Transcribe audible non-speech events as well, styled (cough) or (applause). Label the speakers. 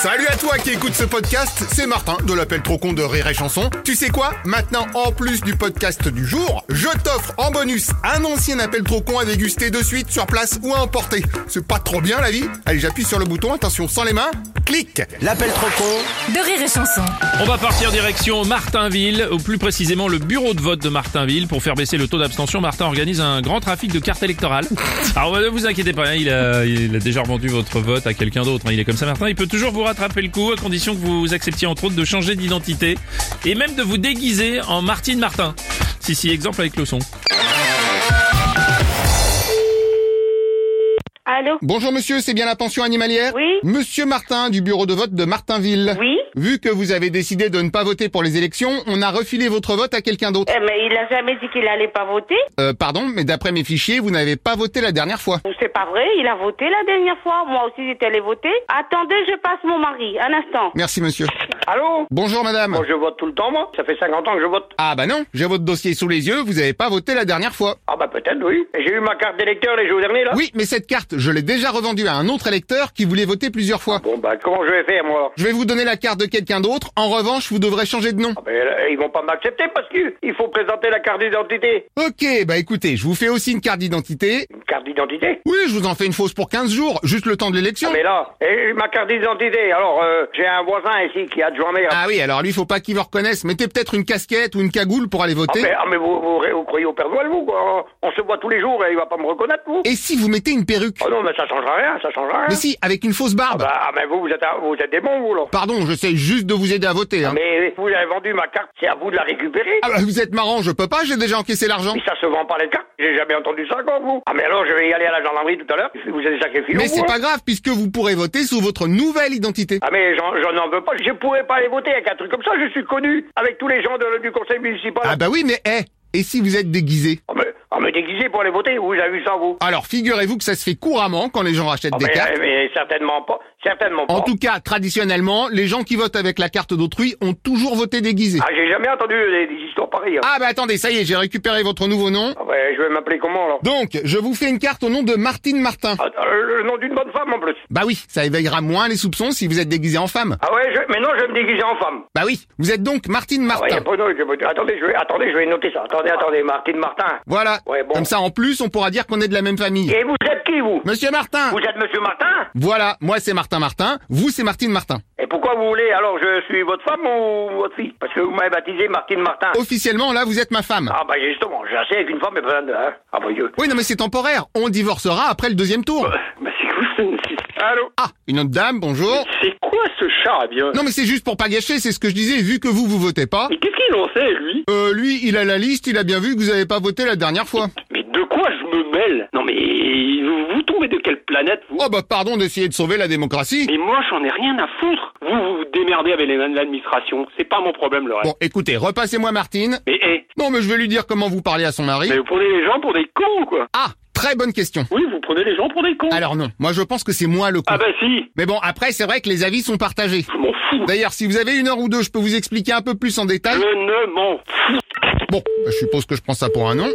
Speaker 1: Salut à toi qui écoute ce podcast, c'est Martin de l'appel trop con de Rire et Chanson. Tu sais quoi Maintenant, en plus du podcast du jour, je t'offre en bonus un ancien appel trop con à déguster de suite sur place ou à emporter. C'est pas trop bien la vie Allez, j'appuie sur le bouton, attention, sans les mains, clique
Speaker 2: L'appel trop con
Speaker 3: de rire et chanson.
Speaker 4: On va partir direction Martinville, ou plus précisément le bureau de vote de Martinville. Pour faire baisser le taux d'abstention, Martin organise un grand trafic de cartes électorales. Alors ne vous inquiétez pas, hein, il, a, il a déjà revendu votre vote à quelqu'un d'autre. hein. Il est comme ça Martin, il peut toujours vous rattraper le coup à condition que vous acceptiez entre autres de changer d'identité et même de vous déguiser en Martine Martin. Si si, exemple avec le son.
Speaker 5: Allô
Speaker 1: Bonjour monsieur, c'est bien la pension animalière
Speaker 5: Oui.
Speaker 1: Monsieur Martin du bureau de vote de Martinville.
Speaker 5: Oui
Speaker 1: Vu que vous avez décidé de ne pas voter pour les élections, on a refilé votre vote à quelqu'un d'autre.
Speaker 5: Eh, Mais il a jamais dit qu'il allait pas voter.
Speaker 1: Euh, pardon, mais d'après mes fichiers, vous n'avez pas voté la dernière fois.
Speaker 5: C'est pas vrai, il a voté la dernière fois. Moi aussi, j'étais allé voter. Attendez, je passe mon mari. Un instant.
Speaker 1: Merci monsieur.
Speaker 6: Allô
Speaker 1: Bonjour madame.
Speaker 6: Moi, je vote tout le temps, moi. Ça fait 50 ans que je vote.
Speaker 1: Ah bah non, j'ai votre dossier sous les yeux, vous n'avez pas voté la dernière fois.
Speaker 6: Ah bah peut-être, oui. Et J'ai eu ma carte d'électeur les jours derniers, là.
Speaker 1: Oui, mais cette carte, je l'ai déjà revendue à un autre électeur qui voulait voter plusieurs fois.
Speaker 6: Bon, bah comment je vais faire, moi
Speaker 1: Je vais vous donner la carte de quelqu'un d'autre, en revanche, vous devrez changer de nom.
Speaker 6: Ah, mais, euh, Ils vont pas m'accepter parce que il faut présenter la carte d'identité.
Speaker 1: Ok, bah écoutez, je vous fais aussi une carte d'identité.
Speaker 6: Une carte d'identité
Speaker 1: Oui, je vous en fais une fausse pour 15 jours, juste le temps de l'élection.
Speaker 6: Ah, Mais là, et ma carte d'identité. Alors, euh, j'ai un voisin ici qui est adjoint maire.
Speaker 1: Ah oui, alors lui, faut pas qu'il me reconnaisse. Mettez peut-être une casquette ou une cagoule pour aller
Speaker 6: Ah,
Speaker 1: voter.
Speaker 6: mais, ah, mais vous, vous, vous croyez au Père Noël, vous quoi hein On se voit tous les jours et il va pas me reconnaître, vous
Speaker 1: Et si vous mettez une perruque
Speaker 6: Ah non, mais ça changera rien, ça changera rien.
Speaker 1: Mais si, avec une fausse barbe.
Speaker 6: Bah, ah, mais vous, vous êtes, un- vous êtes des bons, vous, là.
Speaker 1: Pardon, j'essaie juste de vous aider à voter. hein.
Speaker 6: Ah, Mais vous avez vendu ma carte, c'est à vous de la récupérer.
Speaker 1: Ah bah vous êtes marrant, je peux pas, j'ai déjà encaissé l'argent.
Speaker 6: Mais ça se vend pas les cartes. J'ai jamais entendu ça encore, vous. Ah, mais alors, je vais y aller à la gendarmerie tout à l'heure. Vous êtes sacrifié.
Speaker 1: Mais c'est pas grave, puisque vous pourrez voter sous votre nouvelle identité.
Speaker 6: Ah, mais j'en j'en en veux pas. Je pourrais pas aller voter avec un truc comme ça. Je suis connu avec tous les gens de- du conseil municipal. Ah,
Speaker 1: Ah bah oui, mais eh, et si vous êtes déguisé
Speaker 6: On me, on me déguisait pour aller voter. Vous avez vu ça, vous
Speaker 1: Alors figurez-vous que ça se fait couramment quand les gens rachètent
Speaker 6: Ah,
Speaker 1: des
Speaker 6: mais,
Speaker 1: cartes.
Speaker 6: mais certainement pas. Certainement pas.
Speaker 1: En tout cas, traditionnellement, les gens qui votent avec la carte d'autrui ont toujours voté déguisé.
Speaker 6: Ah, j'ai jamais entendu des, des histoires pareilles. hein.
Speaker 1: Ah bah attendez, ça y est, j'ai récupéré votre nouveau nom.
Speaker 6: Ah, ouais, je vais m'appeler comment, alors
Speaker 1: Donc, je vous fais une carte au nom de Martine Martin.
Speaker 6: Ah, le, le nom d'une bonne femme, en plus.
Speaker 1: Bah oui, ça éveillera moins les soupçons si vous êtes déguisé en femme.
Speaker 6: Ah ouais, je, mais non, je vais me déguiser en femme.
Speaker 1: Bah oui, vous êtes donc Martine
Speaker 6: Ah ouais, y
Speaker 1: Martin.
Speaker 6: a pas de- je- attendez, je vais, attendez, je vais noter ça. Attendez, attendez, Martine Martin.
Speaker 1: Voilà.
Speaker 6: Ouais, bon.
Speaker 1: Comme ça, en plus, on pourra dire qu'on est de la même famille.
Speaker 6: Et vous êtes qui, vous
Speaker 1: Monsieur Martin
Speaker 6: Vous êtes Monsieur Martin
Speaker 1: Voilà, moi c'est Martin Martin, vous c'est Martine Martin.
Speaker 6: Et pourquoi vous voulez alors je suis votre femme ou votre fille Parce que vous m'avez baptisé Martine Martin.
Speaker 1: Officiellement, là, vous êtes ma femme.
Speaker 6: Ah bah justement, j'ai assez avec une femme et pas de... Hein ah bah (laughs) Dieu.
Speaker 1: Oui, non, mais c'est temporaire. On divorcera après le deuxième tour.
Speaker 6: Bah c'est quoi ce... Allô
Speaker 1: Ah, une autre dame, bonjour.
Speaker 6: C'est quoi ce eh charabia
Speaker 1: Non, mais c'est juste pour pas gâcher, c'est ce que je disais, vu que vous, vous votez pas.
Speaker 6: Mais qu'est-ce qu'il en sait, lui
Speaker 1: Euh, lui, il a la liste, il a bien vu que vous avez pas voté la dernière fois.
Speaker 6: Mais de quoi je me mêle Non mais vous, vous tombez de quelle planète, vous
Speaker 1: Oh, bah, pardon d'essayer de sauver la démocratie.
Speaker 6: Mais moi j'en ai rien à foutre Vous vous, vous démerdez avec les mains de l'administration, c'est pas mon problème le reste.
Speaker 1: Bon, écoutez, repassez-moi Martine.
Speaker 6: Mais hé,
Speaker 1: Non, mais je vais lui dire comment vous parlez à son mari.
Speaker 6: mais vous prenez les gens pour des cons ou quoi
Speaker 1: Ah, très bonne question.
Speaker 6: Oui, vous prenez les gens pour des cons
Speaker 1: Alors non, moi je pense que c'est moi le con.
Speaker 6: Ah bah si
Speaker 1: Mais bon, après, c'est vrai que les avis sont partagés.
Speaker 6: Je m'en fous
Speaker 1: D'ailleurs, si vous avez une heure ou deux, je peux vous expliquer un peu plus en
Speaker 6: Je
Speaker 1: détail.
Speaker 6: ne m'en fous
Speaker 1: Bon, bah, je suppose que je prends ça pour un nom.